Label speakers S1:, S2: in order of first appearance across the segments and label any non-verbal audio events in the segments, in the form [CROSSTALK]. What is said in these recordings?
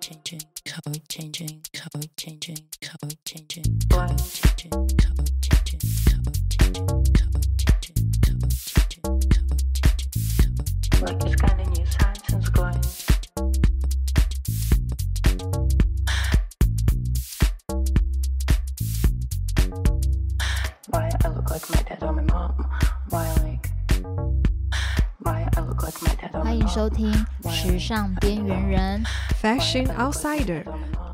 S1: changing, code changing, code changing, code changing, code changing, code changing, code changing, code changing, code changing, code changing, code changing.
S2: Like it's kind of new science is going. Why I look like my dad or my mom? Why like? Why I look like my dad or
S3: 欢
S2: my
S3: 迎收
S2: mom?
S3: 听《时尚边缘人》，
S4: Fashion Outsider,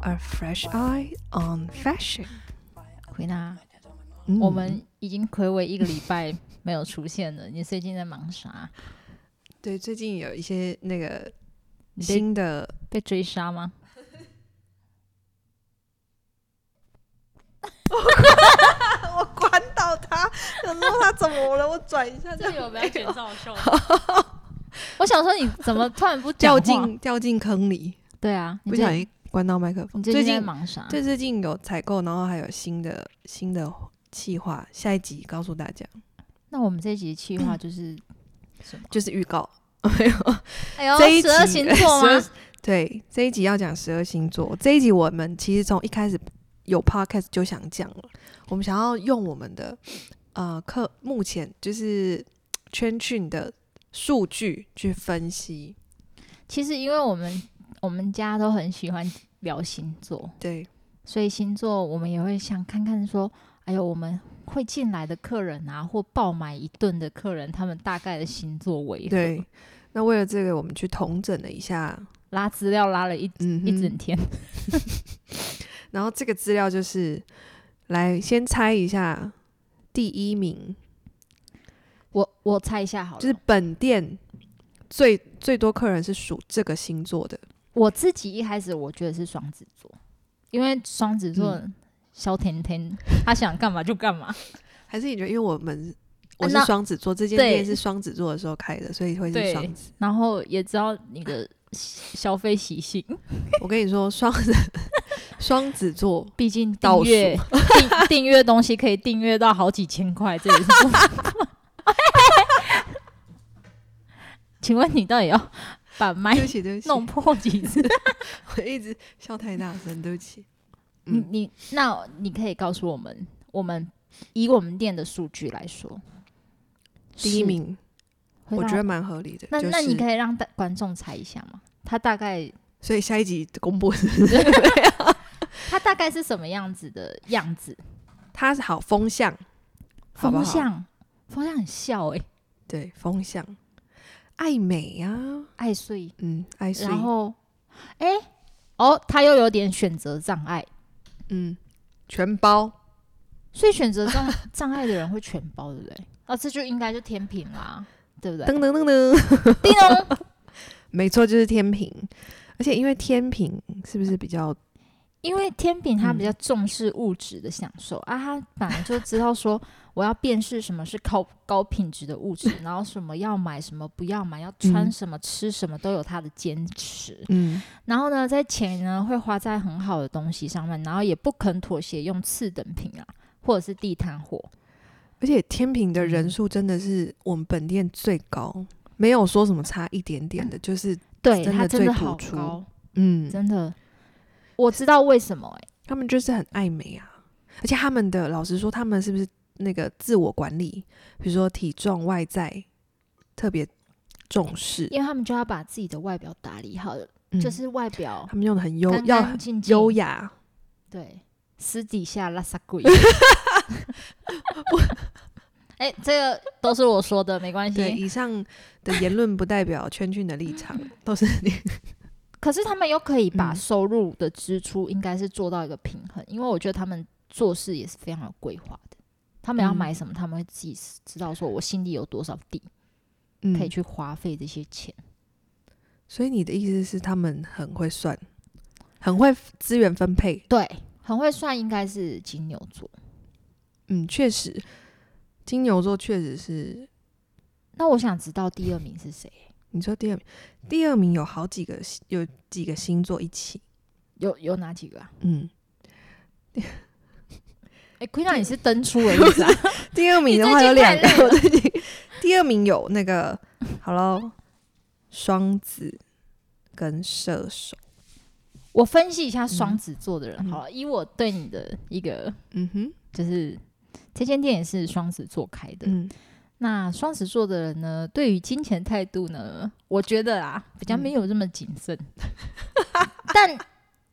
S4: a fresh eye on fashion。
S3: 奎娜，
S4: 嗯
S3: 我们已经暌违一个礼拜没有出现了，你最近在忙啥？
S4: 对最近有一些那个
S3: 你被
S4: 新的，
S3: 被追杀吗？
S4: [LAUGHS] 我关到他，想说他怎么了？我转一下，
S5: 这里有没有卷造秀？
S3: [LAUGHS] 我想说你怎么突然不讲
S4: [LAUGHS] 掉
S3: 话？
S4: 进掉进坑里，
S3: 对啊，你
S4: 不
S3: 最
S4: 小心关到麦克风。
S3: 你最
S4: 最
S3: 近在
S4: 近啊
S3: 忙啥？
S4: 对最近有采购，然后还有新的新的企划，下一集告诉大家，
S3: 那我们这一集的计划就是
S4: 嗯
S3: 什么？
S4: 就是预告。 [LAUGHS] 没有，
S3: 哎呦
S4: 这一集
S3: 十二星座
S4: 十二
S3: 吗？
S4: 对这一集要讲十二星座，这一集我们其实从一开始有 podcast 就想讲了，我们想要用我们的呃课目前就是圈讯的数据去分析，
S3: 其实因为我们我们家都很喜欢聊星座，
S4: 对
S3: 所以星座我们也会想看看说，哎呦，我们会进来的客人啊，或爆买一顿的客人，他们大概的星座为何？
S4: 对。那为了这个，我们去统整了一下，
S3: 拉资料拉了一、
S4: 嗯哼
S3: 一整天，
S4: 然后这个资料就是来先猜一下第一名，
S3: 我我猜一下好了，
S4: 就是本店最最多客人是属这个星座的，
S3: 我自己一开始我觉得是双子座，因为双子座
S4: 嗯
S3: 小甜甜，他想干嘛就干嘛，
S4: 还是你觉得，因为我们我是
S3: 啊那
S4: 双子座，这间
S3: 对
S4: 店是双子座的时候开的，所以会是
S3: 对
S4: 双子。
S3: 然后也知道你的消费习性，
S4: 我跟你说，双子 [LAUGHS] 双子座
S3: 毕竟订
S4: 倒数
S3: 阅订订阅东西可以订阅到好几千块，这也是不请问你到底要把麦
S4: 对不起对不起，
S3: 哎弄破几次？
S4: 我一直笑太大声，对不
S3: [LAUGHS]
S4: 起。
S3: 你
S4: [LAUGHS] 嗯
S3: 你那你可以告诉我们，我们以我们店的数据来说，
S4: 第一
S3: 是，
S4: 名
S3: 会
S4: 我
S3: 让
S4: 觉得蛮合理的，
S3: 那、
S4: 就是、
S3: 那你可以让大观众猜一下吗？他大
S4: [LAUGHS]
S3: 概
S4: 所以下一集公布是
S3: 他大概是什么样子的样子？
S4: 它是好风向，好不好
S3: 风向风向很笑欸诶、
S4: 对风向，爱美啊，
S3: 爱睡，
S4: 嗯，爱睡，
S3: 然后诶、哦，他又有点选择障碍，
S4: 嗯，全包。
S3: 所以选择障 [LAUGHS] 障碍的人会全包，对不对？啊，这就应该就天平啦，对不对？
S4: 噔噔噔噔，
S3: [LAUGHS] 叮咚，
S4: 没错，就是天平。而且因为天平是不是比较
S3: 因为天平他
S4: 嗯
S3: 比较重视物质的享受、啊，他本来就知道说我要辨识什么是高高品质的物质，然后什么要买，什么不要买，要穿
S4: 嗯
S3: 什么、吃什么都有他的坚持。
S4: 嗯
S3: 然后呢，在钱呢会花在很好的东西上面，然后也不肯妥协用次等品啊，或者是地摊货。
S4: 而且天平的
S3: 嗯
S4: 人数真的是我们本店最高，没有说什么差一点点的，就是
S3: 对
S4: 真的
S3: 他真的
S4: 最突
S3: 好
S4: 出
S3: 高，
S4: 嗯，
S3: 嗯真的，我知道为什么、欸。
S4: 他们就是很爱美啊。而且他们的老实说，他们是不是那个自我管理，比如说体重、外在特别重视，
S3: 因为他们就要把自己的外表打理好，
S4: 嗯
S3: 就是外表
S4: 他们用的很优，
S3: 干
S4: 要
S3: 干
S4: 很
S3: 净净，
S4: 优雅。
S3: 对，私底下拉萨 [LAUGHS] 鬼。哎、这个都是我说的，没关
S4: 对，
S3: 系。
S4: 以上的言论不代表圈圈的立
S3: [LAUGHS]
S4: 场，都是你。
S3: 可是他们又可以把
S4: 嗯
S3: 收入的支出应该是做到一个平衡，因为我觉得他们做事也是非常有规划的。他们要
S4: 嗯
S3: 买什么，他们会自己知道，说我心里有多少底、
S4: 嗯
S3: 可以去花费这些钱。
S4: 所以你的意思是他们很会算，很会资源分配。
S3: 对，很会算，应该是金牛座。
S4: 嗯，确实，金牛座确实是。
S3: 那我想知道第二名是谁？
S4: 你说第二名，第二名有好几个星有几个星座一起。
S3: 有有哪几个啊？
S4: 嗯，
S3: 哎、奎娜，你是登出 [LAUGHS] 了意思啊？
S4: 第二名的话
S3: 你
S4: 有
S3: 最近
S4: 两个
S3: 太累，了
S4: 我最近第二名有那个，好喽，双子跟射手。
S3: [LAUGHS] 我分析一下双
S4: 嗯
S3: 子座的人、
S4: 嗯
S3: 好了，以我对你的一个
S4: 嗯哼，
S3: 就是这间店也是双子座开的，
S4: 嗯
S3: 那双子座的人呢，对于金钱态度呢，我觉得啊，比较没有这么谨慎。 [LAUGHS] 但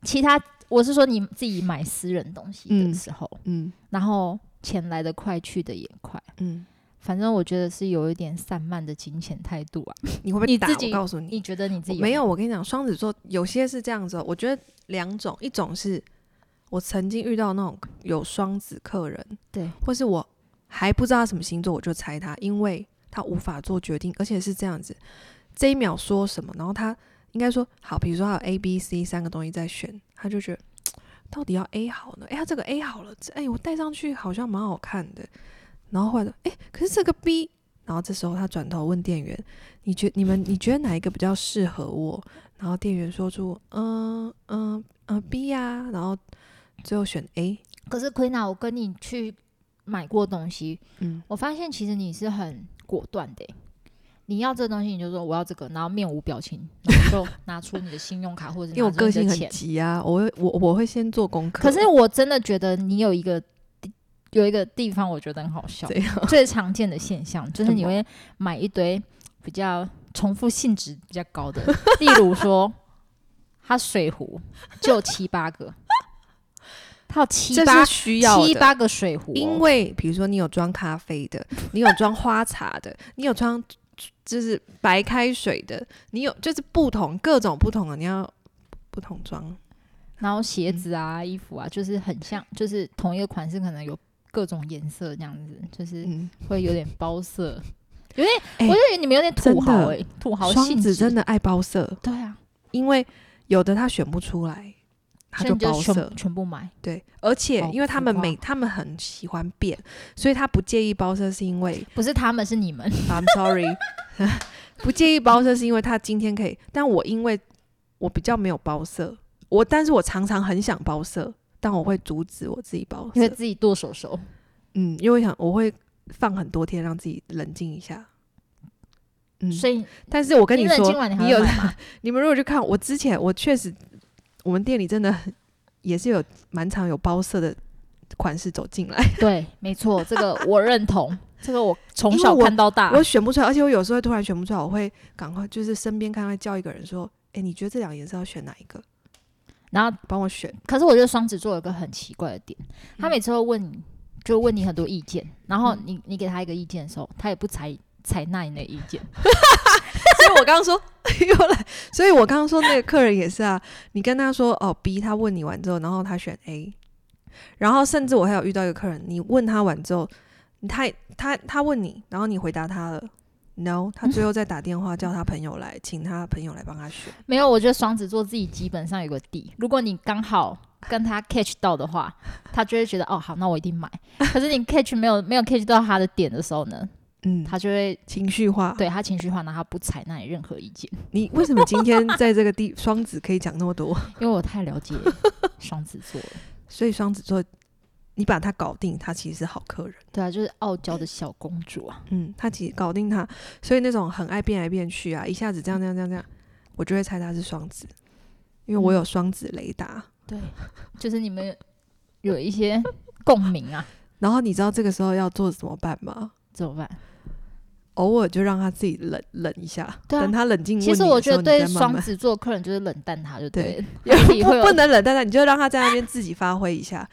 S3: 其他，我是说你自己买私人东西的时候，
S4: 嗯
S3: 然后钱来得快，去得也快，
S4: 嗯，
S3: 反正我觉得是有一点散漫的金钱态度啊。
S4: 你会不会
S3: 你
S4: 打？
S3: 自己
S4: 我告诉你，
S3: 你觉得你自
S4: 我
S3: 己
S4: 没有。我跟你讲，双子座有些是这样子哦、我觉得两种，一种是我曾经遇到那种有双子客人，
S3: 对，
S4: 或是我还不知道他什么星座，我就猜他，因为他无法做决定，而且是这样子，这一秒说什么，然后他应该说好，比如说他有 A、B、C 三个东西在选，他就觉得到底要 A 好呢？哎、他这个 A 好了，这哎、我戴上去好像蛮好看的，然后后来说，哎、可是这个 B。然后这时候他转头问店员：“你觉你们你觉得哪一个比较适合我？”然后店员说出：“嗯嗯嗯 B 呀、然后最后选 A。
S3: 可是 Queen 啊，我跟你去买过东西，
S4: 嗯，
S3: 我发现其实你是很果断的欸、你要这东西你就说我要这个，然后面无表情，然后就拿出你的信用卡或者
S4: 因为我
S3: 拿出
S4: 个
S3: 你的
S4: 性很
S3: 钱。
S4: 急啊，我会我我会先做功课。
S3: 可是我真的觉得你有一个地有一个地方，我觉得很好笑
S4: 这。样，
S3: [LAUGHS] 最常见的现象就是你
S4: 什么
S3: 会买一堆比较重复性质比较高的， [LAUGHS] 例如说，他水壶就有七八
S4: [LAUGHS]
S3: 个，他有七
S4: 这
S3: 八
S4: 是需要
S3: 七
S4: 的
S3: 八个水壶哦、
S4: 因为比如说你有装咖啡的，你有装花茶的，你有装就是白开水的，你有就是不同各种不同的，你要不同装。
S3: 然后鞋子啊、衣服啊，就是很像，就是同一个款式，可能有各种颜色这样子，就是
S4: 嗯，
S3: 会有点包色，有点，我
S4: 哎
S3: 就觉得你们有点土
S4: 真
S3: 豪
S4: 的
S3: 哎、土豪
S4: 双
S3: 性
S4: 子
S3: 质
S4: 真的爱包色，
S3: 对啊，
S4: 因为有的他选不出来，他
S3: 所以你
S4: 包
S3: 全
S4: 色。
S3: 全部买，
S4: 对，而且
S3: 好
S4: 因为他
S3: 浮
S4: 们
S3: 夸
S4: 每他们很喜欢变，所以他不介意包色，是因为啊
S3: 不是他们是你们，
S4: I'm sorry，不介意包色是因为他今天可以，但我因为我比较没有包色，我但是我常常很想包色，但我会阻止我自己包
S3: 因为
S4: 色。
S3: 自己剁手手。
S4: 嗯，因为我想我会放很多天让自己冷静一下。嗯，
S3: 所以
S4: 但是我跟
S3: 你
S4: 你
S3: 冷静
S4: 说，
S3: 完你
S4: 你
S3: 还会
S4: 有 [LAUGHS]
S3: 买吗
S4: 你们如果去看我之前，我确实我们店里真的也是有蛮常有包色的款式走进来。
S3: 对，没错，这个我认同，这个我从
S4: 因为
S3: 小
S4: 我
S3: 看到大。
S4: 我选不出来，而且我有时候会突然选不出来，我会赶快就是身边赶快叫一个人说：“哎、你觉得这两个颜色要选哪一个？
S3: 然后，
S4: 帮我选。
S3: 可是我觉得双子座有一个很奇怪的点，
S4: 嗯
S3: 他每次会问你，就问你很多意见，然后你你给他一个意见的时候，他也不采采纳你的意见。”
S4: [LAUGHS] 所以我刚刚说 [LAUGHS] 又来，所以我刚刚说那个客人也是啊，你跟他说哦 B，他问你完之后，然后他选 A，然后甚至我还有遇到一个客人，你问他完之后，他他他问你，然后你回答他了。no，他最后再打电话叫他朋友来，请他朋友来帮他选。
S3: 没有，我觉得双子座自己基本上有个底，如果你刚好跟他 catch 到的话，他就会觉得哦好，那我一定买。可是你 catch 没有没有 catch 到他的点的时候呢，
S4: [LAUGHS] 嗯，
S3: 他就会
S4: 情绪化。，
S3: 对他情绪化，然后他不采纳你任何意见，
S4: 你为什么今天在这个地双子可以讲那么多？
S3: 因为我太了解双子座了。
S4: 所以双子座，你把他搞定，他其实是好客人。
S3: 对啊，就是傲娇的小公主啊，
S4: 嗯，他其实搞定他，所以那种很爱变来变去啊，一下子这样这样这样这样，我就会猜他是双子，因为我有双子雷达。
S3: 对，就是你们有一些 [LAUGHS] 共鸣啊，
S4: 然后你知道这个时候要做怎么办吗？
S3: 怎么办？
S4: 偶尔就让他自己冷冷一下，
S3: 对啊
S4: 等他冷静问你
S3: 其
S4: 的
S3: 实
S4: 时候。
S3: 我觉得
S4: 你
S3: 对
S4: 再慢
S3: 双
S4: 慢
S3: 子座客人就是冷淡他就对
S4: 对
S3: 了，
S4: [LAUGHS]
S3: 自己
S4: 不
S3: 会有
S4: 不能冷淡淡，你就让他在那边自己发挥一下。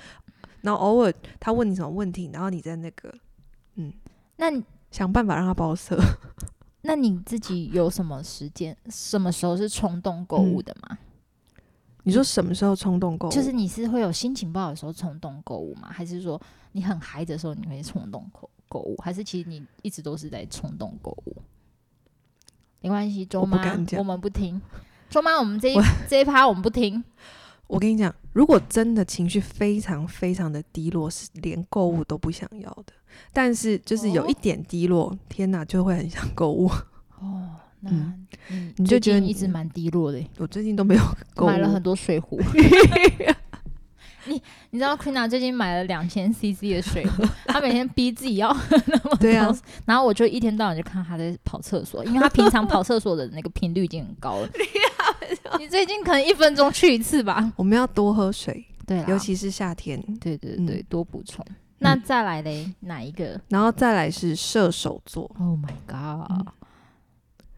S4: 然后偶尔他问你什么问题，然后你在那个
S3: 那你
S4: 想办法让他包色。
S3: 那你自己有什么时间、什么时候是冲动购
S4: 嗯
S3: 物的吗？
S4: 你说什么时候冲动购物？
S3: 就是你是会有心情不好的时候冲动购物吗？还是说你很嗨的时候你会冲动购购物？还是其实你一直都是在冲动购物？没关系，周
S4: 我不
S3: 妈
S4: 敢，讲
S3: 我们不听。周妈，我们这一
S4: 我
S3: 这一趴我们不听，
S4: 我跟你讲，如果真的情绪非常非常的低落，是连购物都不想要的。但是就是有
S3: 哦
S4: 一点低落，天哪，就会很想购物。 [LAUGHS]
S3: 哦，那
S4: 嗯
S3: 你
S4: 你就
S3: 最近
S4: 觉得你
S3: 一直蛮低落的耶，欸
S4: 我最近都没有购物，
S3: 买了很多水壶。 [LAUGHS] 你你知道 Queen a 最近买了两千 CC 的水壶，她每天逼自己要喝那么多，
S4: 对啊
S3: 然后我就一天到晚就看她在跑厕所，因为她平常跑厕所的那个频率已经很高了。
S4: 啊
S3: [LAUGHS] 你最近可能一分钟去一次吧。
S4: 我们要多喝水，
S3: 对啊啦，
S4: 尤其是夏天。
S3: 对对
S4: 嗯
S3: 对，多补充。那再来嘞，哪一个
S4: 然后再来是射手座，
S3: ？Oh my god！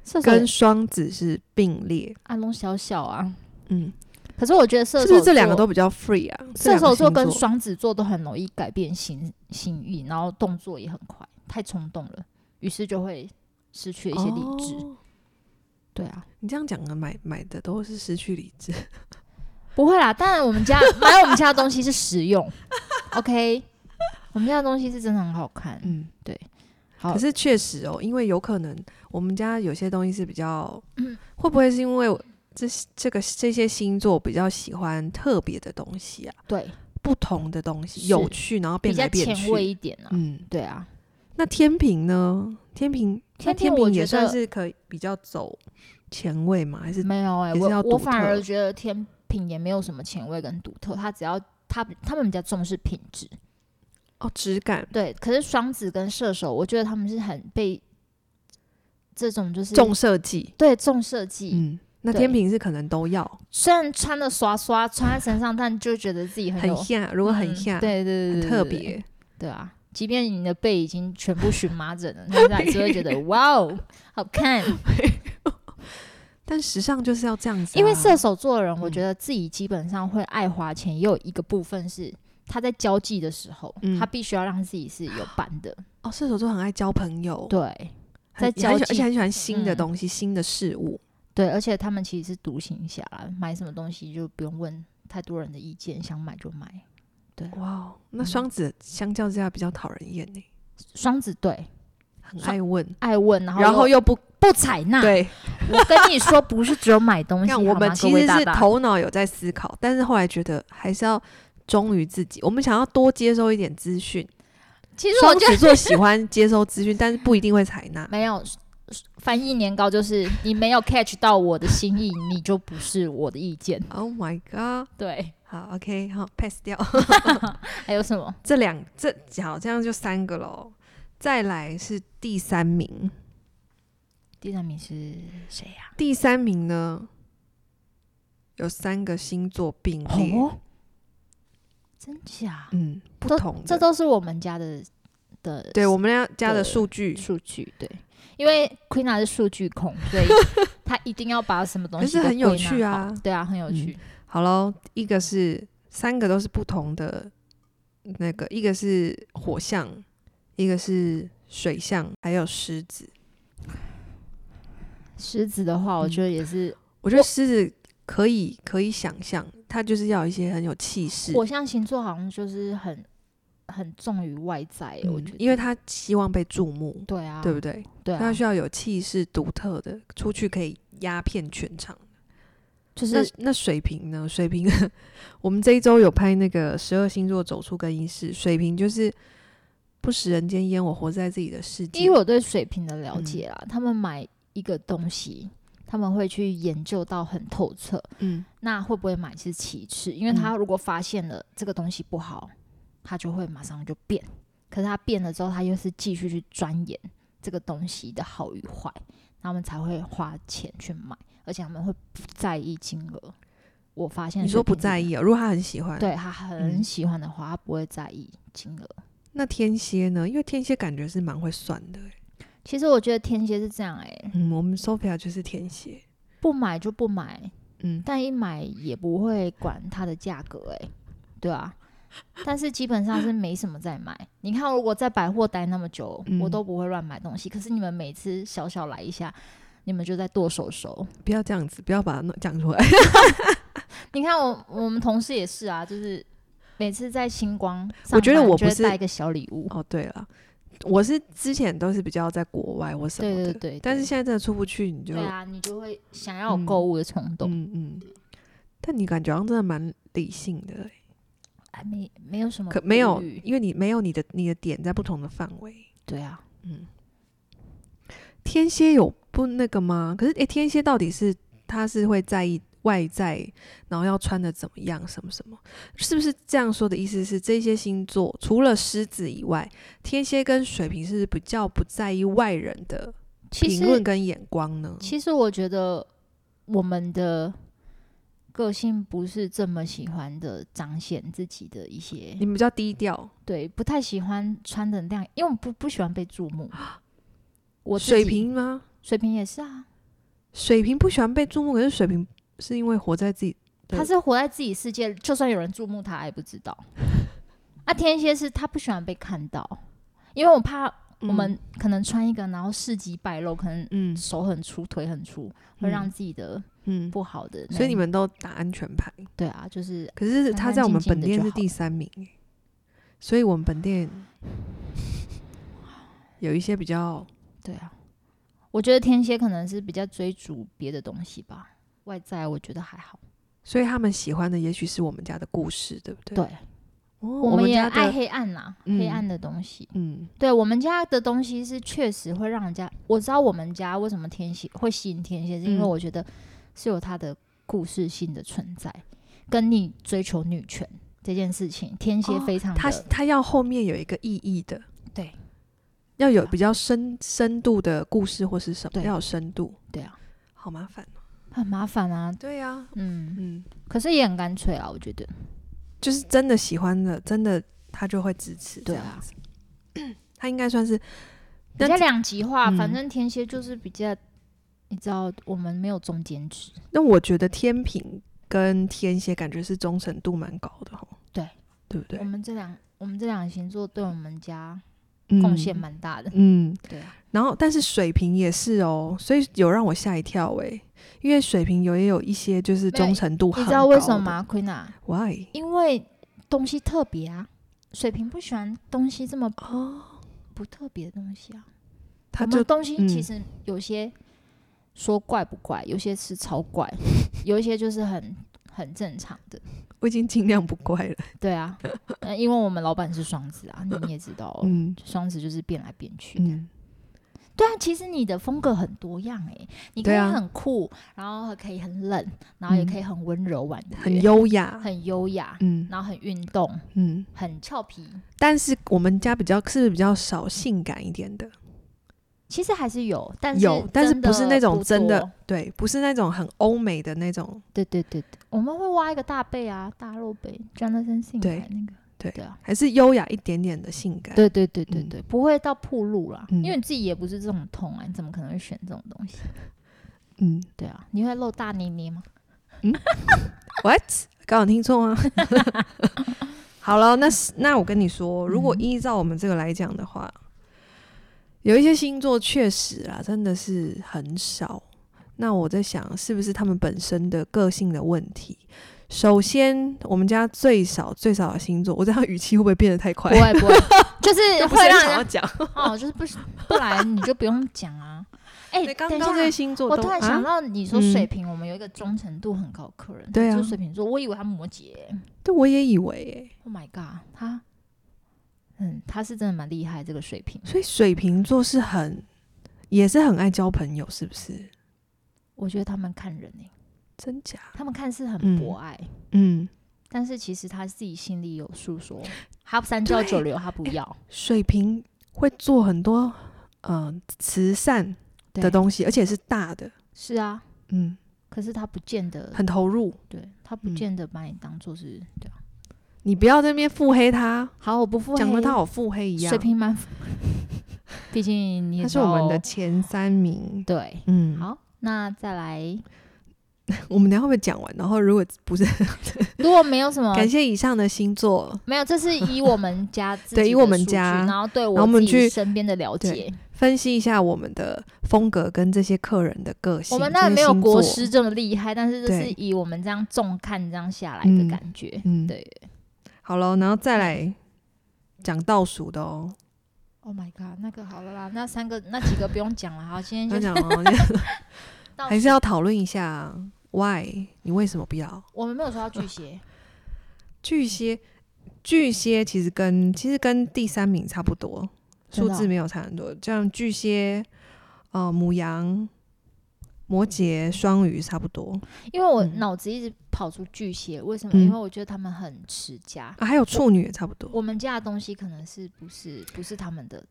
S3: 射手
S4: 跟双子是并列。
S3: 阿龙小小啊，
S4: 嗯，
S3: 可是我觉得射手
S4: 是不是这两个
S3: 座
S4: 都比较 free 啊？
S3: 射
S4: 这两个
S3: 手座跟
S4: 星
S3: 双子座都很容易改变心心意，然后动作也很快，太冲动了，于是就会失去了一些理智。
S4: 哦
S3: 对啊，
S4: 你这样讲的买买的都是失去理智，
S3: 不会啦，当然我们家买我们家的东西是实用，OK，我 [LAUGHS] 们家的东西是真的很好看。
S4: 嗯，
S3: 对。好
S4: 可是确实哦，因为有可能我们家有些东西是比较，
S3: 嗯
S4: 会不会是因为我这这个这些星座比较喜欢特别的东西啊，
S3: 对，
S4: 不同的东西，
S3: 是
S4: 有趣，然后
S3: 比
S4: 变
S3: 较
S4: 来变
S3: 前卫
S4: 去。
S3: 一点啊。
S4: 嗯，
S3: 对啊，
S4: 那天平呢？天平，那
S3: 天平
S4: 天
S3: 我
S4: 平
S3: 觉
S4: 也
S3: 得
S4: 算是可以比较走前卫嘛，还是
S3: 没有哎、
S4: 也是要
S3: 我
S4: 独
S3: 我反而
S4: 特
S3: 觉得天平也没有什么前卫跟独特，他只要他他们比较重视品质。
S4: 哦质感
S3: 对，可是双子跟射手，我觉得他们是很被这种就是
S4: 重设计？
S3: 对重设计，
S4: 嗯，那
S3: 对
S4: 天平是可能都要
S3: 虽然穿的刷刷穿在身上，但就觉得自己很
S4: 很
S3: 有
S4: 像，如果很
S3: 嗯
S4: 像，
S3: 对对对
S4: 很
S3: 对，
S4: 特
S3: 对对
S4: 别。
S3: 对啊。即便你的背已经全部荨麻疹了，但是还是会觉得哇哦，好
S4: [LAUGHS]
S3: 看。
S4: 但时尚就是要这样子啊、
S3: 因为射手座的人，我
S4: 嗯
S3: 觉得自己基本上会爱花钱，也有一个部分是他在交际的时候，
S4: 嗯
S3: 他必须要让自己是有伴的。
S4: 哦，射手座很爱交朋友，
S3: 对
S4: 很，
S3: 在交
S4: 也很喜
S3: 际
S4: 而且很喜欢新的
S3: 嗯
S4: 东西、新的事物。
S3: 对，而且他们其实是独行侠啦，买什么东西就不用问太多人的意见，想买就买。
S4: 哇哦，那
S3: 嗯
S4: 双子相较之下比较讨人厌呢、
S3: 双子对，
S4: 很
S3: 双
S4: 爱问，
S3: 爱问，然后
S4: 然后
S3: 又啊
S4: 又不
S3: 不采纳。
S4: 对。
S3: 我 [LAUGHS] 跟你说，不是只有买
S4: [LAUGHS]
S3: 东西，
S4: 看我
S3: 好吗
S4: 们其
S3: 各
S4: 实
S3: 位大
S4: 是
S3: 大
S4: 头脑有在思考，但是后来觉得还是要忠于自己。我们想要多接收一点资讯，
S3: 其实我
S4: 双
S3: 觉
S4: 子
S3: 得
S4: 座喜欢接收资讯，但是不一定会采纳。
S3: [LAUGHS] 没有翻译年糕，就是你没有 catch 到我的心意，你就不是我的意
S4: [LAUGHS]
S3: 见。
S4: Oh my god！
S3: 对，
S4: 好，OK，好，pass 掉
S3: [LAUGHS]
S4: [LAUGHS]
S3: 还有什么？
S4: 这两这好，这样就三个喽。再来是第三名，
S3: 第三名是谁呀、
S4: 第三名呢，有三个星座并列，
S3: 哦，真假？
S4: 嗯，不
S3: 都
S4: 同的
S3: 这都是我们家的的
S4: 对我们家家的
S3: 对
S4: 数据，
S3: 数据，对，因为 Queen 啊是数据控，
S4: [LAUGHS]
S3: 所以他一定要把什么东
S4: 可
S3: 西
S4: 是
S3: 都
S4: 很有
S3: 归纳
S4: 趣
S3: 好
S4: 啊。
S3: 对啊，很有
S4: 嗯
S3: 趣。
S4: 好喽，一个是三个都是不同的那个，一个是火象，一个是水象，还有狮子。
S3: 狮子的话，我
S4: 嗯
S3: 觉得也是
S4: 我觉得狮子可以可以想象，它就是要有一些很有气势，
S3: 火象星座，好像就是很很重于外在，我
S4: 嗯
S3: 觉得，
S4: 因为它希望被注目，
S3: 对啊，
S4: 对不对？
S3: 对
S4: 它
S3: 啊，
S4: 需要有气势独特的，出去可以压遍全场。
S3: 就是
S4: 那那水瓶呢？水瓶，我们这一周有拍那个十二星座走出更衣室，水瓶就是不食人间烟火，活在自己的世界
S3: 依。我对水瓶的
S4: 嗯
S3: 了解啦，他们买一个东西，他们会去研究到很透彻，
S4: 嗯，
S3: 那会不会买是其次，因为他如果发现了这个东西不好，他就会马上就变。可是他变了之后，他又是继续去钻研这个东西的好与坏，他们才会花钱去买，而且他们会不在意金额。我发现
S4: 你说
S3: 水瓶
S4: 不在
S3: 是，
S4: 意哦？如果他很喜欢，
S3: 对他很
S4: 嗯
S3: 喜欢的话，他不会在意金额。
S4: 那天蝎呢？因为天蝎感觉是蛮会算的欸、
S3: 其实我觉得天蝎是这样、欸，
S4: 嗯，我们 Sophia 就是天蝎。
S3: 不买就不买，
S4: 嗯，
S3: 但一买也不会管它的价格、欸，对啊。但是基本上是没什么在买。你看，如果在百货待那么久，
S4: 嗯
S3: 我都不会乱买东西。可是你们每次小小来一下，你们就在剁手手。
S4: 不要这样子，不要把它弄讲出来。 [LAUGHS]
S3: 你看我，我们同事也是啊，就是每次在星光上班，
S4: 我觉得我不
S3: 就会
S4: 是
S3: 带一个小礼物。
S4: 哦，对了，我是之前都是比较在国外或什么
S3: 对对
S4: 的，
S3: 对对
S4: 但是现在真的出不去，你就
S3: 对啊，你就会想要有购物的冲动。
S4: 嗯嗯。但你感觉好像真的蛮理性的欸、
S3: 哎，没没有什么
S4: 可没有
S3: 顾虑，
S4: 因为你没有你的你的点在不同的范围。
S3: 对啊，
S4: 嗯，天蝎有不那个吗？可是诶、天蝎到底是他是会在意外在，然后要穿的怎么样，什么什么？是不是这样说的意思是，这些星座除了狮子以外，天蝎跟水瓶是比较不在意外人的
S3: 其
S4: 评
S3: 实
S4: 论跟眼光呢？
S3: 其实我觉得我们的个性不是这么喜欢的彰显自己的一些
S4: 你，们比较低调，
S3: 对，不太喜欢穿的那样，因为我不不喜欢被注
S4: [GASPS]
S3: 目。我自己
S4: 水瓶吗？
S3: 水瓶也是啊，
S4: 水瓶不喜欢被注目，可是水瓶是因为活在自己对
S3: 他是活在自己世界，就算有人注目他，他也不知
S4: [LAUGHS]
S3: 道。啊，天蝎是他不喜欢被看到，因为我怕我们可能穿一个，然后事迹败露，可能
S4: 嗯
S3: 手很粗，腿很粗，会让
S4: 嗯
S3: 自己的
S4: 嗯，
S3: 不好的那一面。
S4: 所以你们都打安全牌，
S3: 对啊，就是
S4: 可是他在我们本
S3: 安安静静
S4: 店
S3: 的就
S4: 是
S3: 好
S4: 第三名耶，所以我们
S3: [LAUGHS]
S4: 本店有一些比较
S3: 对啊，我觉得天蝎可能是比较追逐别的东西吧，外在我觉得还好。
S4: 所以他们喜欢的也许是我们家的故事，对不对？
S3: 对，
S4: 哦，
S3: 我
S4: 们
S3: 们也
S4: 家
S3: 爱
S4: 的
S3: 黑暗呐、
S4: 嗯
S3: 黑暗的东西。
S4: 嗯
S3: 对我们家的东西是确实会让人家，我知道我们家为什么天蝎会吸引天蝎，是因为
S4: 嗯
S3: 我觉得是有它的故事性的存在，跟你追求女权这件事情，天蝎
S4: 哦
S3: 非常的、
S4: 他他要后面有一个意义的，
S3: 对，啊
S4: 要有比较深深度的故事或是什么，
S3: 对
S4: 要有深度，
S3: 对啊，
S4: 好麻烦哦。
S3: 很麻烦啊，
S4: 对呀、
S3: 嗯，
S4: 嗯，
S3: 可是也很干脆啊，我觉得，
S4: 就是真的喜欢的，真的他就会支持这
S3: 对
S4: 样
S3: 啊
S4: 子。 [COUGHS] 他应该算是，
S3: 比
S4: 那
S3: 较
S4: 这
S3: 两极化，
S4: 嗯
S3: 反正天蝎就是比较，你知道我们没有中间值，
S4: 那我觉得天平跟天蝎感觉是忠诚度蛮高的哈。
S3: 对，嗯
S4: 对不对
S3: 我？们这两我们这两个星座对我们家
S4: 嗯
S3: 贡献蛮大的，
S4: 嗯，
S3: 对啊，
S4: 然后但是水瓶也是哦，所以有让我吓一跳诶、因为水瓶有也有一些就是忠诚度很高
S3: 你
S4: 的，
S3: 知道为什么吗，Queen 啊？
S4: ？Why？
S3: 因为东西特别啊，水瓶不喜欢东西这么
S4: 哦，
S3: 不特别的东西啊。
S4: 他
S3: 我们
S4: 就
S3: 东西
S4: 嗯
S3: 其实有些说怪不怪，有些是超怪， [LAUGHS] 有一些就是很很正常的。
S4: 我已经尽量不怪了。
S3: 对啊，呃因为我们老板是双子啊，你们也知道、哦，
S4: [LAUGHS] 嗯
S3: 双子就是变来变去的。
S4: 嗯，
S3: 对啊，其实你的风格很多样诶、你可以
S4: 对啊
S3: 很酷，然后可以很冷，然后也
S4: 嗯
S3: 可以很温柔婉约，
S4: 很优雅。
S3: 很优雅，
S4: 嗯
S3: 然后很运动，
S4: 嗯，
S3: 很俏皮，
S4: 但是我们家比较是不是比较少性感一点的？
S3: 其实还是有，但是
S4: 有，但是
S3: 真的
S4: 不是那种真
S3: 不
S4: 的
S3: 多？
S4: 对，不是那种很欧美的那种。
S3: 对对对对，我们会挖一个大背啊，大露背，Jonathan 性
S4: 对
S3: 感那个。
S4: 对
S3: 对啊，
S4: 还是优雅一点点的性感。
S3: 对对对对
S4: 嗯
S3: 对，不会到铺路啦，
S4: 嗯
S3: 因为你自己也不是这种痛啊，你怎么可能会选这种东西？
S4: 嗯
S3: 对啊，你会露大捏捏吗？
S4: ，What？刚好听
S3: [LAUGHS]
S4: 错吗？好了，那是那我跟你说，如果
S3: 嗯
S4: 依照我们这个来讲的话，有一些星座确实啊，真的是很少。那我在想，是不是他们本身的个性的问题？首先，我们家最少最少的星座，我这样语气会不会变得太
S3: 不
S4: 快？
S3: 会不会，就是
S4: [LAUGHS] 就不
S3: 会
S4: 是很
S3: 让
S4: 想要
S3: 人
S4: 讲。
S3: [LAUGHS] 家哦，就是不不然你就不用讲啊。哎，
S4: [LAUGHS] 对，刚
S3: 等一
S4: 刚这
S3: 下。
S4: 些星座
S3: 我
S4: 都
S3: 突然
S4: 啊
S3: 想到，你说水
S4: 嗯
S3: 瓶，我们有一个忠诚度很高的客人，
S4: 对啊
S3: 就是水瓶座，我以为他摩羯欸，
S4: 对，我也以为欸、
S3: Oh my god，他，嗯，他是真的蛮厉害，这个水平，
S4: 所以水瓶座是很，也是很爱交朋友，是不是？
S3: 我觉得他们看人呢、
S4: 真假？
S3: 他们看似很
S4: 嗯
S3: 博爱，
S4: 嗯，
S3: 但是其实他自己心里有数说，他三教九流他不
S4: 哎
S3: 要，
S4: 水瓶会做很多呃慈善的
S3: 对
S4: 东西，而且是大的，
S3: 是啊，
S4: 嗯，
S3: 可是他不见得，
S4: 很投入。
S3: 对他不
S4: 嗯
S3: 见得把你当做是，对啊，
S4: 你不要在那边腹黑他，
S3: 好，我不付，
S4: 讲的他好腹黑一样
S3: 水。平蛮，毕竟你也
S4: 他是
S3: 知
S4: 我们
S3: 道
S4: 的前三名，
S3: 对，
S4: 嗯，
S3: 好，那再来，
S4: 我们等一下会不会讲完？然后如果不是，
S3: 如果没有什么。
S4: [LAUGHS] 感谢以上的星座
S3: 没有，这是以我们家自己
S4: [LAUGHS] 对以
S3: 的
S4: 我们
S3: 数据
S4: 家
S3: 然后对
S4: 后我们
S3: 自己
S4: 去
S3: 身边的了
S4: 对
S3: 解，
S4: 分析一下我们的风格跟这些客人的个性。
S3: 我们当然
S4: 这
S3: 没
S4: 些
S3: 有
S4: 星
S3: 国
S4: 座
S3: 师，这么厉害，但是就是
S4: 对
S3: 以我们这样重看这样下来的
S4: 嗯
S3: 感觉。
S4: 嗯，
S3: 对
S4: 好了，然后再来讲倒数的哦。
S3: Oh my god，那个好了啦，那三个那几个不用讲了，好，今天就
S4: 要讲哦，
S3: 到
S4: 还是
S3: 此
S4: 要讨论一下 why 你为什么不要
S3: 我们没有说到巨蟹，
S4: 巨蟹？巨蟹其实跟其实跟第三名差不多，
S3: 真
S4: 数
S3: 的哦
S4: 字没有差很多。像巨蟹、呃母羊、摩羯、双鱼差不多
S3: 因为我
S4: [LAUGHS] 嗯
S3: 脑子一直跑出巨蟹，为什么？
S4: 嗯
S3: 因为我觉得他们很持家，
S4: 啊，还有处女也差不多。
S3: 我们家的东西可能是不是不是他们的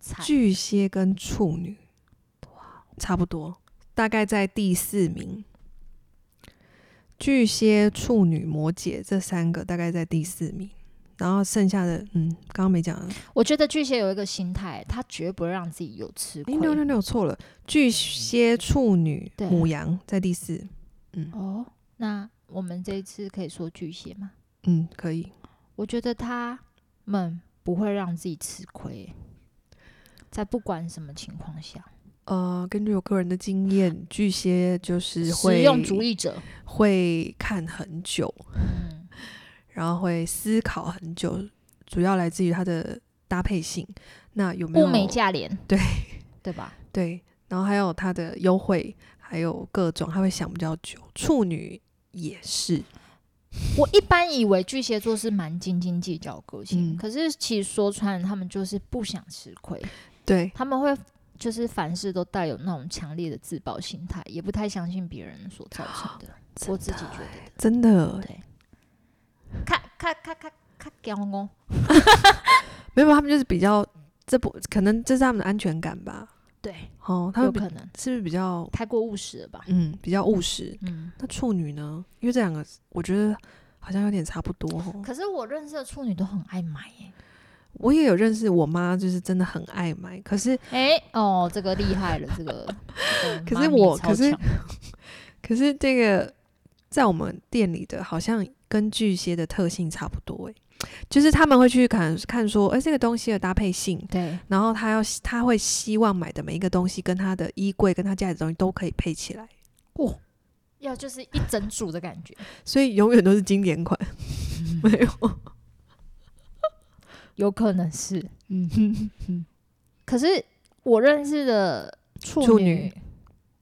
S3: 菜，
S4: 巨蟹跟处女差不多，大概在第四名。巨蟹、处女、摩羯这三个大概在第四名，然后剩下的嗯，刚刚没讲了。
S3: 我觉得巨蟹有一个心态，他绝不会让自己有吃
S4: 哎
S3: 亏。
S4: ，no no no，错了，巨蟹、处女、
S3: 对
S4: 母羊在第四。嗯
S3: 哦，那我们这一次可以说巨蟹吗？
S4: 嗯，可以。
S3: 我觉得他们不会让自己吃亏，在不管什么情况下，
S4: 呃，根据我个人的经验，巨蟹就是
S3: 实
S4: 会
S3: 用主义者。
S4: 会看很久，
S3: 嗯，
S4: 然后会思考很久，主要来自于它的搭配性。那有没有
S3: 嗯物美价廉，
S4: 对
S3: 对吧？
S4: 对，然后还有它的优惠，还有各种，他会想比较久。处女也是，
S3: 我一般以为巨蟹座是蛮斤斤计较的个性，
S4: 嗯
S3: 可是其实说穿了，他们就是不想吃亏，
S4: 对
S3: 他们会就是凡事都带有那种强烈的自保心态，也不太相信别人所造成的。我自己觉得，
S4: 真的
S3: 对咔咔咔咔咔屌哦，
S4: 没有，他们就是比较这不可能，这是他们的安全感吧？
S3: 对，
S4: 哦，他
S3: 有
S4: 们比
S3: 可能
S4: 是不是比较
S3: 太过务实了吧？
S4: 嗯比较务实？
S3: 嗯，
S4: 那处女呢？因为这两个我觉得好像有点差不多哦。
S3: 可是我认识的处女都很爱买耶、
S4: 我也有认识我妈，就是真的很爱买，可是
S3: 哎、哦，这个厉害了，这个。 [LAUGHS] 这个
S4: 可是
S3: 妈咪
S4: 我
S3: 超
S4: 可是
S3: 强
S4: 可是这个在我们店里的，好像跟巨蟹的特性差不多诶、欸就是他们会去看看说，哎、这个东西的搭配性，
S3: 对
S4: 然后他要他会希望买的每一个东西跟他的衣柜跟他家里的东西都可以配起来，
S3: 要就是一整组的感觉，
S4: 所以永远都是经典款，没有，
S3: 有可能是。
S4: 嗯，
S3: 可是我认识的处
S4: 处
S3: 女
S4: 女，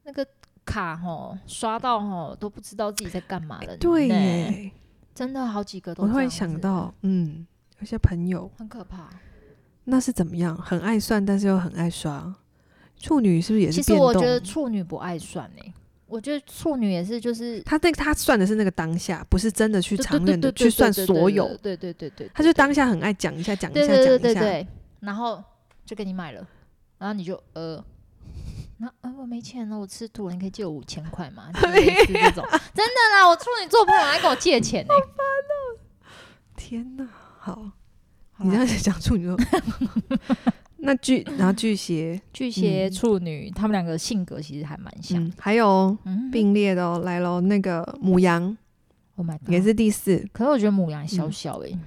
S3: 那个卡吼刷到吼都不知道自己在干嘛了呢、
S4: 对耶，
S3: 真的好几个都
S4: 我
S3: 这
S4: 突然
S3: 样子啊
S4: 想到，嗯，有些朋友
S3: 很可怕。
S4: 那是怎么样，很爱算，但是又很爱刷，处女是不是也是
S3: 其实
S4: 变
S3: 我
S4: 动？
S3: 觉得处女不爱算诶、我觉得处女也是就是
S4: 他那他算的是那个当下，不是真的去
S3: 对
S4: 长
S3: 对
S4: 远
S3: 对
S4: 的
S3: 对
S4: 去
S3: 对
S4: 算
S3: 对
S4: 所
S3: 对
S4: 有，
S3: 对对对对，
S4: 他就当下很爱讲一下讲一
S3: 对
S4: 下
S3: 对
S4: 讲
S3: 对
S4: 一
S3: 对
S4: 下，
S3: 对，然后就给你买了，然后你就呃，那呃我没钱了，我吃土了，你可以借我五千块
S4: [LAUGHS]
S3: 吗？就是类似这种真的啦，我处女座朋友还跟我借钱
S4: [LAUGHS]
S3: 呢、
S4: 天哪，好，
S3: 好啊
S4: 你
S3: 啦
S4: 这样讲
S3: [LAUGHS]
S4: 处女座，那巨然后巨蟹，
S3: 巨蟹、
S4: 嗯
S3: 处女，他们两个性格其实还蛮像
S4: 嗯
S3: 的。，
S4: 还有
S3: 嗯，
S4: 并列的哦，来喽，那个母羊
S3: Oh my God，
S4: 也是嗯第四，
S3: 可是我觉得母羊小小哎、欸，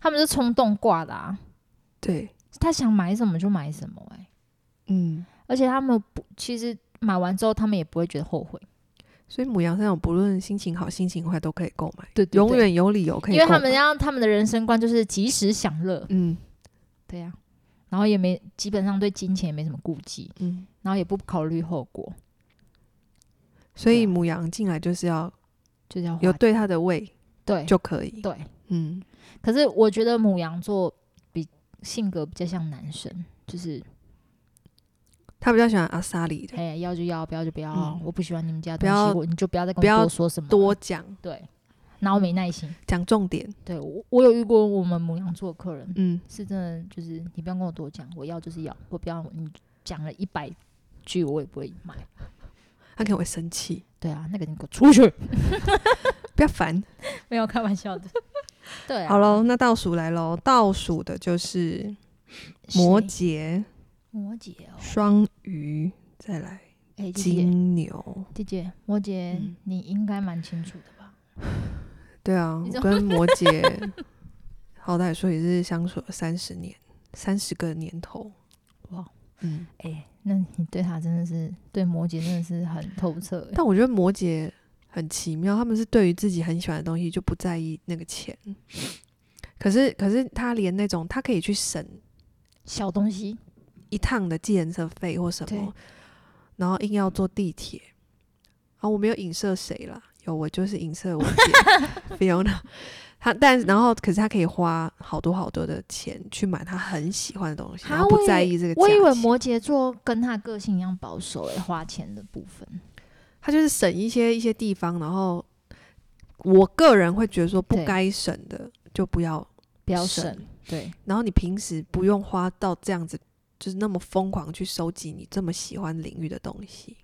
S3: 他们是冲动挂的啊，
S4: 对，
S3: 他想买什么就买什么哎、
S4: 嗯，
S3: 而且他们不，其实买完之后他们也不会觉得后悔，
S4: 所以母羊是那种不论心情好心情坏都可以购买，
S3: 对对对
S4: 永远有理由可以
S3: 因
S4: 购买，
S3: 为他们要他们的人生观就是及时享乐，
S4: 嗯
S3: 对呀、然后也没基本上对金钱也没什么顾忌，
S4: 嗯，
S3: 然后也不考虑后果，
S4: 所
S3: 对
S4: 以
S3: 啊哦
S4: 母羊进来就是要
S3: 就叫
S4: 有对它的胃
S3: 对
S4: 就可以，
S3: 对。
S4: 嗯，
S3: 可是我觉得母羊座比性格比较像男生，就是
S4: 他比较喜欢阿萨里的。
S3: 哎、要就要，不要就不要，
S4: 嗯
S3: 我不喜欢你们家的
S4: 不
S3: 东
S4: 要
S3: 西，我你就不要再跟
S4: 不
S3: 我
S4: 要
S3: 多说什么了
S4: 多讲
S3: 对，然后没耐心。
S4: 讲重点，
S3: 对我我有遇过我们母羊座的客人，
S4: 嗯，
S3: 是真的就是你不要跟我多讲，我要就是要，我不要你讲了一百句我也不会买。
S4: 他可能会生气，
S3: 对啊，那个你给我出去， [LAUGHS]
S4: 不要烦。
S3: 没有开玩笑的。 [LAUGHS] 对、啊，
S4: 好喽，那倒数来喽，倒数的就是摩
S3: 谁
S4: 羯、
S3: 摩羯哦，
S4: 双鱼，再来
S3: 哎、姐姐
S4: 金牛。
S3: 姐姐，摩羯、
S4: 嗯
S3: 你应该蛮清楚的吧？
S4: 对啊，
S3: 你
S4: 我
S3: 怎
S4: 跟摩羯
S3: [LAUGHS]
S4: 好歹说也是相处了三十年，三十个年头。
S3: 哇，
S4: 嗯，
S3: 哎、那你对他真的是对摩羯真的是很透彻、哎
S4: 但我觉得摩羯很奇妙，他们是对于自己很喜欢的东西就不在意那个钱，
S3: 嗯
S4: 可是可是他连那种他可以去省
S3: 小东西，
S4: 一趟的计程车费或什
S3: 对
S4: 么，然后硬要坐地铁。啊，我没有影射谁啦，有我就是影射
S3: [LAUGHS]
S4: 我姐 Fiona。他但然后，可是他可以花好多好多的钱去买他很喜欢的东西，
S3: 啊
S4: 然后不
S3: 我以
S4: 在意这个价
S3: 我以为
S4: 钱
S3: 摩羯座跟他个性一样保守、哎，花钱的部分。
S4: 他就是省一些一些地方，然后我个人会觉得说不
S3: 对
S4: 该省的就不要，
S3: 不要
S4: 省
S3: 省，对
S4: 然后你平时不用花到这样子，就是那么疯狂去收集你这么喜欢领域的东西。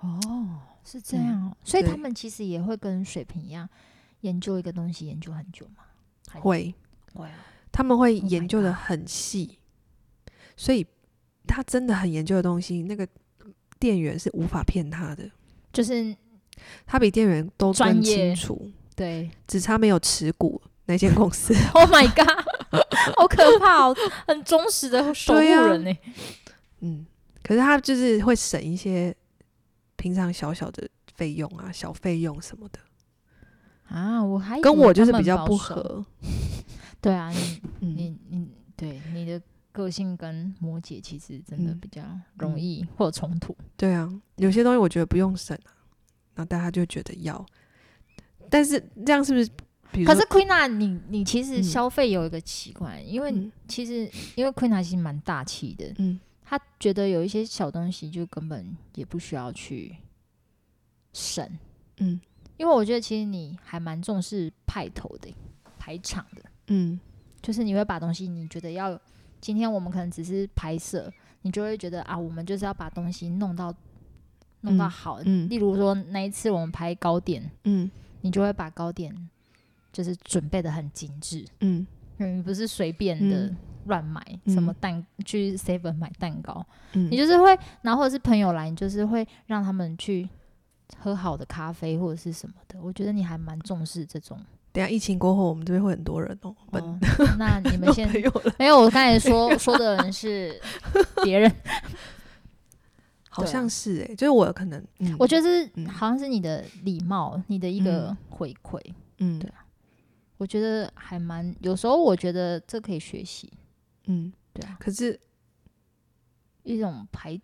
S3: 哦，是这样哦。所以
S4: 对
S3: 他们其实也会跟水瓶一样，研究一个东西研究很久嘛。还
S4: 会，
S3: 会啊，
S4: 他们会
S3: Oh my
S4: 研究的
S3: God
S4: 很细，所以他真的很研究的东西，那个店员是无法骗他的，
S3: 就是
S4: 他比店员都
S3: 专
S4: 更
S3: 业
S4: 清楚，
S3: 对。
S4: 只差没有持股那间公司。
S3: [LAUGHS] Oh my god，好可怕哦！很忠实的守护
S4: 对啊
S3: 人呢、欸
S4: 嗯，可是他就是会省一些平常小小的费用啊，小费用什么的，
S3: 啊，我还以
S4: 跟
S3: 为
S4: 我就是
S3: 他们
S4: 比较
S3: 保
S4: 不
S3: 守。
S4: 合。
S3: 对啊，你
S4: 嗯，
S3: 你你，对你的个性跟摩羯其实真的
S4: 嗯
S3: 比较容易或冲突。
S4: 对啊，有些东西我觉得不用省啊，然后大家就觉得要，但是这样是不是？比如
S3: 可
S4: 说
S3: 是 Queen 啊，你你其实
S4: 嗯
S3: 消费有一个奇怪，因为
S4: 嗯
S3: 其实因为 Queen 啊其实蛮大气的，
S4: 嗯，
S3: 他觉得有一些小东西就根本也不需要去省，
S4: 嗯
S3: 因为我觉得其实你还蛮重视派头的、排场的，
S4: 嗯
S3: 就是你会把东西你觉得要，今天我们可能只是拍摄，你就会觉得啊，我们就是要把东西弄到弄到
S4: 嗯
S3: 好。
S4: 嗯
S3: 例如说那一次我们拍糕点，
S4: 嗯
S3: 你就会把糕点就是准备的很精致，
S4: 嗯
S3: 你不是随便的
S4: 嗯
S3: 乱买、
S4: 嗯
S3: 什么蛋，去 Seven 买蛋糕，
S4: 嗯，
S3: 你就是会，然后或者是朋友来，你就是会让他们去喝好的咖啡或者是什么的。我觉得你还蛮重视这种。
S4: 等一下疫情过后，我们这边会很多人哦，本
S3: 哦、啊那
S4: [LAUGHS]
S3: 你们
S4: 没
S3: 先
S4: 朋友了，
S3: [LAUGHS] 没有，我刚才说说的人是别
S4: [LAUGHS] 嗯
S3: 人，
S4: 好像是哎、就是我可能，嗯
S3: 我觉得这是
S4: 嗯
S3: 好像是你的礼貌，你的一个
S4: 嗯
S3: 回馈，
S4: 嗯
S3: 对我觉得还蛮。有时候我觉得这可以学习
S4: 嗯，
S3: 对啊
S4: 可是
S3: 一种排，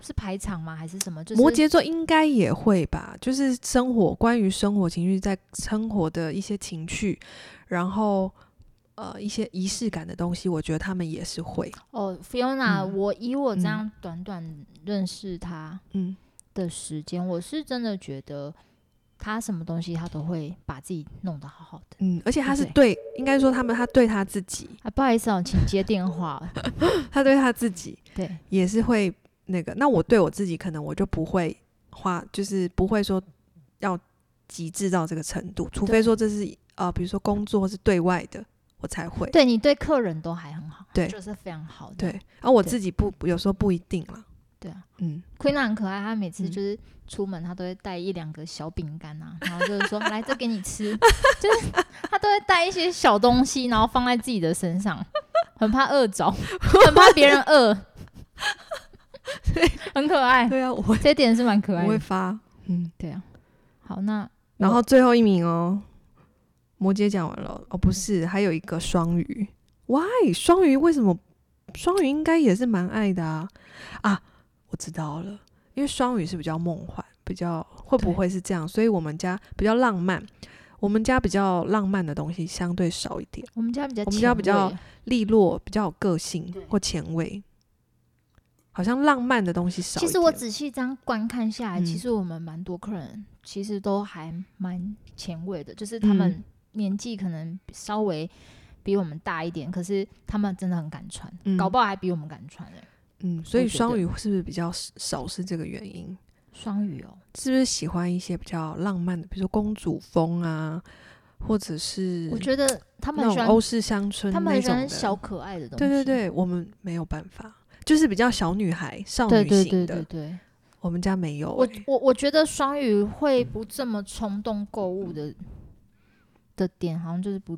S3: 是排场吗？还是什么？就是
S4: 摩羯座应该也会吧，就是生活关于生活情绪，在生活的一些情绪，然后呃一些仪式感的东西，我觉得他们也是会，
S3: 哦，Fiona，、
S4: 嗯
S3: 我以我这
S4: 嗯
S3: 样短短认识他
S4: 嗯
S3: 的时间，我是真的觉得他什么东西他都会把自己弄得好好的。
S4: 嗯，而且他是
S3: 对
S4: 对，应该说他们他对他自己，
S3: 啊，不好意思哦，请接电话。哦
S4: [LAUGHS] 他对他自己
S3: 对，
S4: 也是会那个，那我对我自己可能我就不会花，就是不会说要极致到这个程度，除非说这是呃比如说工作是对外的，我才会，
S3: 对你对客人都还很好，
S4: 对
S3: 就是非常好的。
S4: 对，然后我
S3: 对
S4: 自己不有时候不一定啦，
S3: 对啊
S4: 嗯。
S3: Queen 很可爱，她每次
S4: 嗯
S3: 就是出门，她都会带一两个小饼干啊，然后就是
S4: [LAUGHS]
S3: 说来这给你吃，就是她都会带一些小东西，然后放在自己的身上，很怕饿着，很怕别人
S4: [LAUGHS]
S3: 饿，很可 [LAUGHS] 爱，
S4: 对啊，我会
S3: 这一点是蛮可爱
S4: 我会
S3: 的。
S4: 发，嗯。
S3: 对啊，好，那
S4: 然
S3: 我
S4: 后最后一名哦，摩羯讲完了哦，
S3: 嗯
S4: 不是，还有一个双鱼。Why？双鱼为什么？双鱼应该也是蛮爱的啊啊！我知道了，因为双鱼是比较梦幻，比较会不
S3: 对
S4: 会是这样？所以我们家比较浪漫，我们家比较浪漫的东西相对少一点，
S3: 我们家比较
S4: 我们家比
S3: 前卫
S4: 较利落，比较有个性或前卫，好像浪漫的东西少一
S3: 其
S4: 点。
S3: 实我仔细这样观看下来，
S4: 嗯
S3: 其实我们蛮多客人其实都还蛮前卫的，就是他们
S4: 嗯
S3: 年纪可能稍微比我们大一点，可是他们真的很敢穿，
S4: 嗯
S3: 搞不好还比我们敢穿哎、
S4: 嗯，所以
S3: 我觉得
S4: 双鱼是不是比较少是这个原因？
S3: 双鱼哦，
S4: 是不是喜欢一些比较浪漫的，比如说公主风啊，或者是
S3: 我觉得他们
S4: 那
S3: 很喜欢，
S4: 种欧式乡村
S3: 他们
S4: 那
S3: 很喜
S4: 种
S3: 欢
S4: 的？
S3: 小可爱的东西。
S4: 对对对，我们没有办法，就是比较小女孩、少
S3: 对
S4: 女
S3: 对
S4: 型
S3: 对
S4: 的
S3: 对，对，
S4: 我们家没有、
S3: 我
S4: 欸。
S3: 我我觉得双鱼会不这么冲动购物的的点，好像就是不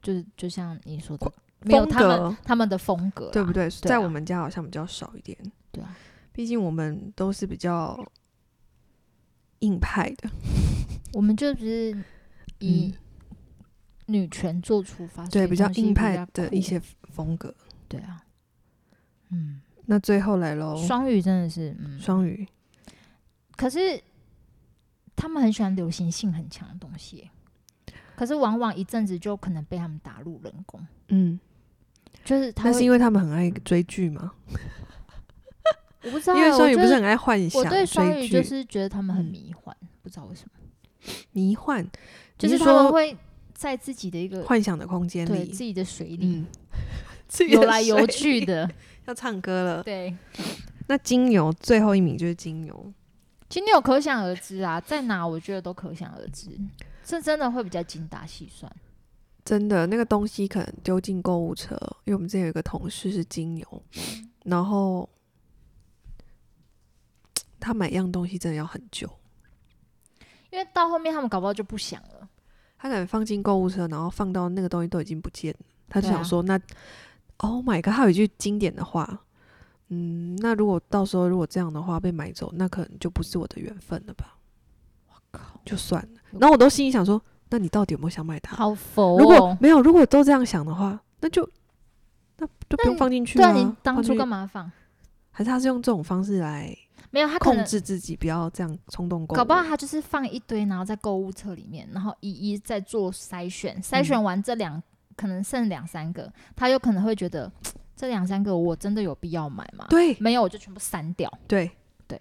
S3: 就是就像你说的，没有
S4: 风
S3: 他们
S4: 格
S3: 他们的风格啦，
S4: 对不对？
S3: 对
S4: 在
S3: 啊
S4: 我们家好像比较少一点，
S3: 对啊，
S4: 毕竟我们都是比较硬派的。
S3: 啊我们就只是以女权做出发，所以
S4: 嗯对，比较
S3: 东西
S4: 硬派
S3: 比较
S4: 的
S3: 酷
S4: 一些哦风格。
S3: 对啊，嗯，
S4: 那最后来喽，
S3: 双鱼真的是，嗯，
S4: 双鱼，
S3: 可是他们很喜欢流行性很强的东西耶，可是往往一阵子就可能被他们打入冷宫，
S4: 嗯，
S3: 就是他
S4: 那是因
S3: 会，
S4: 为他们很爱追剧吗？
S3: 我不知道耶，
S4: 因为双鱼
S3: 我
S4: 不
S3: 觉
S4: 是
S3: 得
S4: 很爱幻想
S3: 我对双
S4: 追
S3: 鱼
S4: 剧，
S3: 就是觉得他们很
S4: 嗯
S3: 迷幻，不知道为什么，
S4: 迷幻，
S3: 就
S4: 你
S3: 是
S4: 是
S3: 他们
S4: 说
S3: 会在自己的一个
S4: 幻想的空间
S3: 对
S4: 里，
S3: 自己的水里
S4: 嗯，自己
S3: 游
S4: 的
S3: 来游
S4: 水
S3: 去的，
S4: 要唱歌了。
S3: 对，
S4: 那金牛最后一名就是金牛，
S3: 其实你有可想而知啊，在哪我觉得都可想而知，是真的会比较精打细算。
S4: 真的，那个东西可能丢进购物车，因为我们之前有一个同事是金牛，
S3: 嗯
S4: 然后他买一样东西真的要很久，
S3: 因为到后面他们搞不好就不想了，
S4: 他可能放进购物车，然后放到那个东西都已经不见了，他就
S3: 对啊
S4: 想说，那 Oh my god，他有一句经典的话，嗯，那如果到时候如果这样的话被买走，那可能就不是我的缘分了吧？我靠，就算了。然后我都心里想说，那你到底有没有想买它？
S3: 好佛
S4: 如果
S3: 哦。
S4: 没有，如果都这样想的话，那就那就不用
S3: 那
S4: 放进去
S3: 对
S4: 啊。
S3: 啊，你当初干
S4: 嘛？
S3: 嘛放？
S4: 还是他是用这种方式来
S3: 没有，他可
S4: 控
S3: 能
S4: 制自己，不要这样冲动购物。
S3: 搞不好他就是放一堆，然后在购物车里面，然后一一再做筛选，
S4: 嗯
S3: 筛选完这两、可能剩两三个，他有可能会觉得这两三个我真的有必要买吗？，
S4: 对
S3: 没有我就全部删掉。
S4: 对
S3: 对，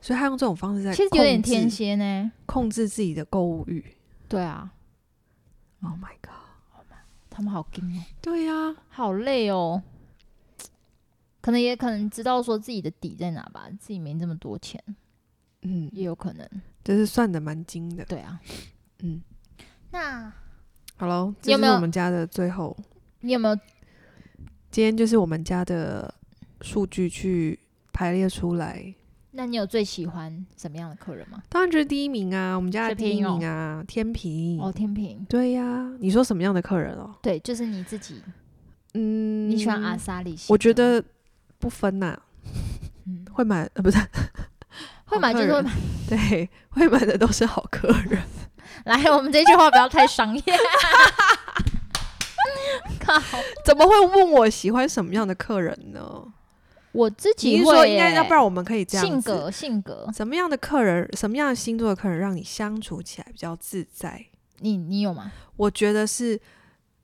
S4: 所以他用这种方式在
S3: 其实有点
S4: 控制
S3: 天蝎呢。
S4: 控制自己的购物欲。
S3: 对啊，
S4: Oh my god！
S3: 他们好精哦，
S4: 对呀、
S3: 好累哦。可能也可能知道说自己的底在哪吧，自己没这么多钱，
S4: 嗯，
S3: 也有可能。
S4: 就是算的蛮精的。
S3: 对啊，
S4: 嗯，
S3: 那
S4: 好喽，
S3: 你有
S4: 这
S3: 没
S4: 是
S3: 有
S4: 我们家的最后，
S3: 你有没有
S4: 今天就是我们家的数据去排列出来。
S3: 那你有最喜欢什么样的客人吗？
S4: 当然就是第一名啊，我们家的
S3: 水
S4: 第一
S3: 瓶哦
S4: 名啊，天平。
S3: 哦，天平，
S4: 对呀、你说什么样的客人哦？
S3: 对，就是你自己，
S4: 嗯，
S3: 你喜欢阿？萨里型的吗？
S4: 我觉得不分呐、
S3: 嗯
S4: 会买呃不是 [LAUGHS]
S3: 会买就是会买。
S4: 对，会买的都是好客人。
S3: [LAUGHS] 来，我们这句话不要太商业。 [LAUGHS] 靠，
S4: 怎么会问我喜欢什么样的客人呢？
S3: 我自
S4: 你
S3: 己
S4: 是
S3: 会
S4: 说
S3: 耶
S4: 应该，要不然我们可以这样
S3: 性
S4: 子
S3: 格性格，
S4: 什么样的客人，什么样的星座的客人让你相处起来比较自在？
S3: 你你有吗？
S4: 我觉得是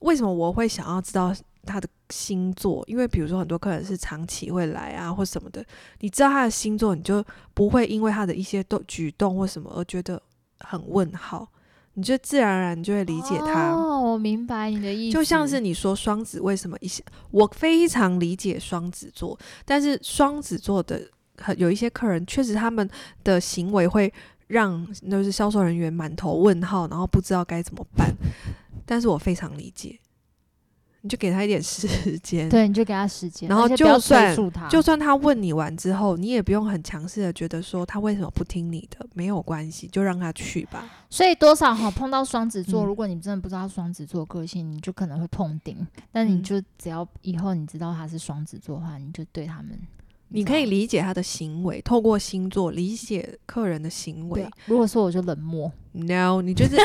S4: 为什么我会想要知道他的星座，因为比如说很多客人是长期会来啊或什么的，你知道他的星座，你就不会因为他的一些动举动或什么而觉得很问号，你就自然而然就会理解他。
S3: 哦，我明白你的意思，
S4: 就像是你说双子为什么一些，我非常理解双子座，但是双子座的很有一些客人，确实他们的行为会让就是销售人员满头问号，然后不知道该怎么办。但是我非常理解，你就给他一点时间，
S3: 对，啊你就给他时间，
S4: 然后
S3: 而且不要
S4: 就算
S3: 催促他，
S4: 就算他问你完之后，你也不用很强势的觉得说他为什么不听你的，没有关系，就让他去吧。
S3: 所以多少哈碰到双子座，
S4: 嗯
S3: 如果你真的不知道双子座个性，你就可能会碰钉。但你
S4: 嗯
S3: 就只要以后你知道他是双子座的话，你就对他们，
S4: 你
S3: 知道
S4: 可以理解他的行为，透过星座理解客人的行为
S3: 对啊。。如果说我就冷漠，
S4: no，
S3: [LAUGHS]
S4: 你就是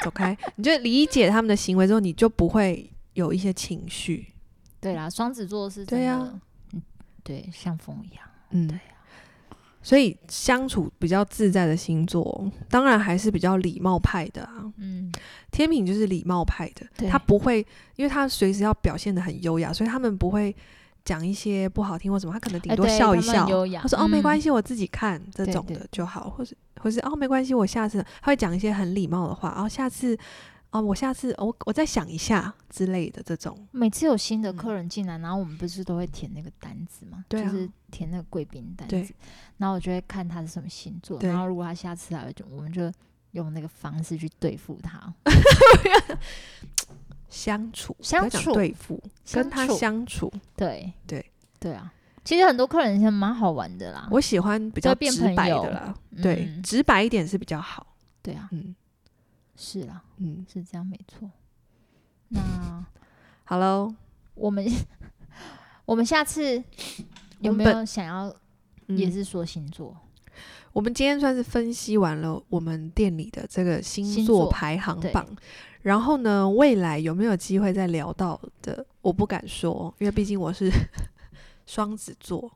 S4: 走开，你就理解他们的行为之后，你就不会有一些情绪。
S3: 对啦，双子座是
S4: 对
S3: 真
S4: 啊
S3: 的，嗯，对，像风一样。
S4: 嗯，
S3: 对啊
S4: 所以相处比较自在的星座，当然还是比较礼貌派的啊。
S3: 嗯，
S4: 天平就是礼貌派的，
S3: 对
S4: 他不会，因为他随时要表现的很优雅，所以他们不会讲一些不好听或什么，他可能顶
S3: 哎
S4: 多
S3: 对
S4: 笑一
S3: 他们
S4: 笑
S3: 很，优雅。嗯
S4: 他说哦没关
S3: 系，
S4: 系，我自己看这
S3: 对
S4: 种
S3: 对
S4: 的就好，或是或是哦没关系，我下次他会讲一些很礼貌的话，哦下次哦我下次哦我我再想一下之类的这种，
S3: 每次有新的
S4: 嗯
S3: 客人进来，然后我们不是都会填那个单子嘛，
S4: 对啊
S3: 就是填那个贵宾单
S4: 对
S3: 子，然后我就会看他是什么星座，
S4: 对
S3: 然后如果他下次来，我就我们就用那个方式去对付他。
S4: 相处不
S3: 相
S4: 要讲
S3: 处
S4: 对付跟他
S3: 相处
S4: 相处，
S3: 对
S4: [LAUGHS] 对
S3: 对啊，其实很多客人是蛮好玩的啦。
S4: 我喜欢
S3: 啊就
S4: 比较
S3: 会变
S4: 直
S3: 朋
S4: 白
S3: 友
S4: 的啦，
S3: 嗯
S4: 对，直白一点是比较好，
S3: 对啊，
S4: 嗯
S3: 是啦，
S4: 嗯，
S3: 是这样没错。那
S4: 好喽，
S3: 我们 [LAUGHS] 我们下次有
S4: 我们
S3: 没
S4: 本
S3: 有想要
S4: 嗯
S3: 也是说星座？
S4: 我们今天算是分析完了我们店里的这个星
S3: 星
S4: 座
S3: 座
S4: 排行
S3: 对
S4: 榜，然后呢，未来有没有机会再聊到的，我不敢说，因为毕竟我是 [LAUGHS] 双子座，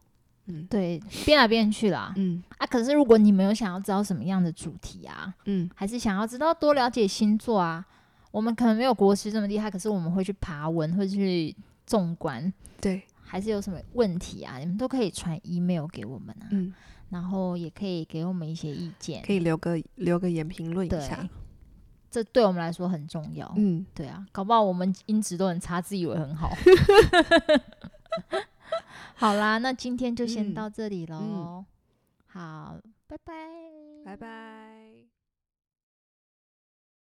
S4: 嗯
S3: 对，变来变去啦。
S4: 嗯
S3: 啊，可是如果你们有想要知道什么样的主题啊，
S4: 嗯，
S3: 还是想要知道多了解星座啊，我们可能没有国师这么厉害，可是我们会去爬文，会去纵观，
S4: 对，
S3: 还是有什么问题啊，你们都可以传 email 给我们啊，
S4: 嗯，
S3: 然后也可以给我们一些意见
S4: 可，以留个留个言评论一
S3: 对
S4: 下，
S3: 这对我们来说很重要。
S4: 嗯，
S3: 对啊，搞不好我们音质都很差，自以为
S4: [LAUGHS]
S3: 很好。好啦，那今天就先
S4: 嗯
S3: 到这里喽。
S4: 嗯
S6: 好，拜拜，
S3: 拜拜。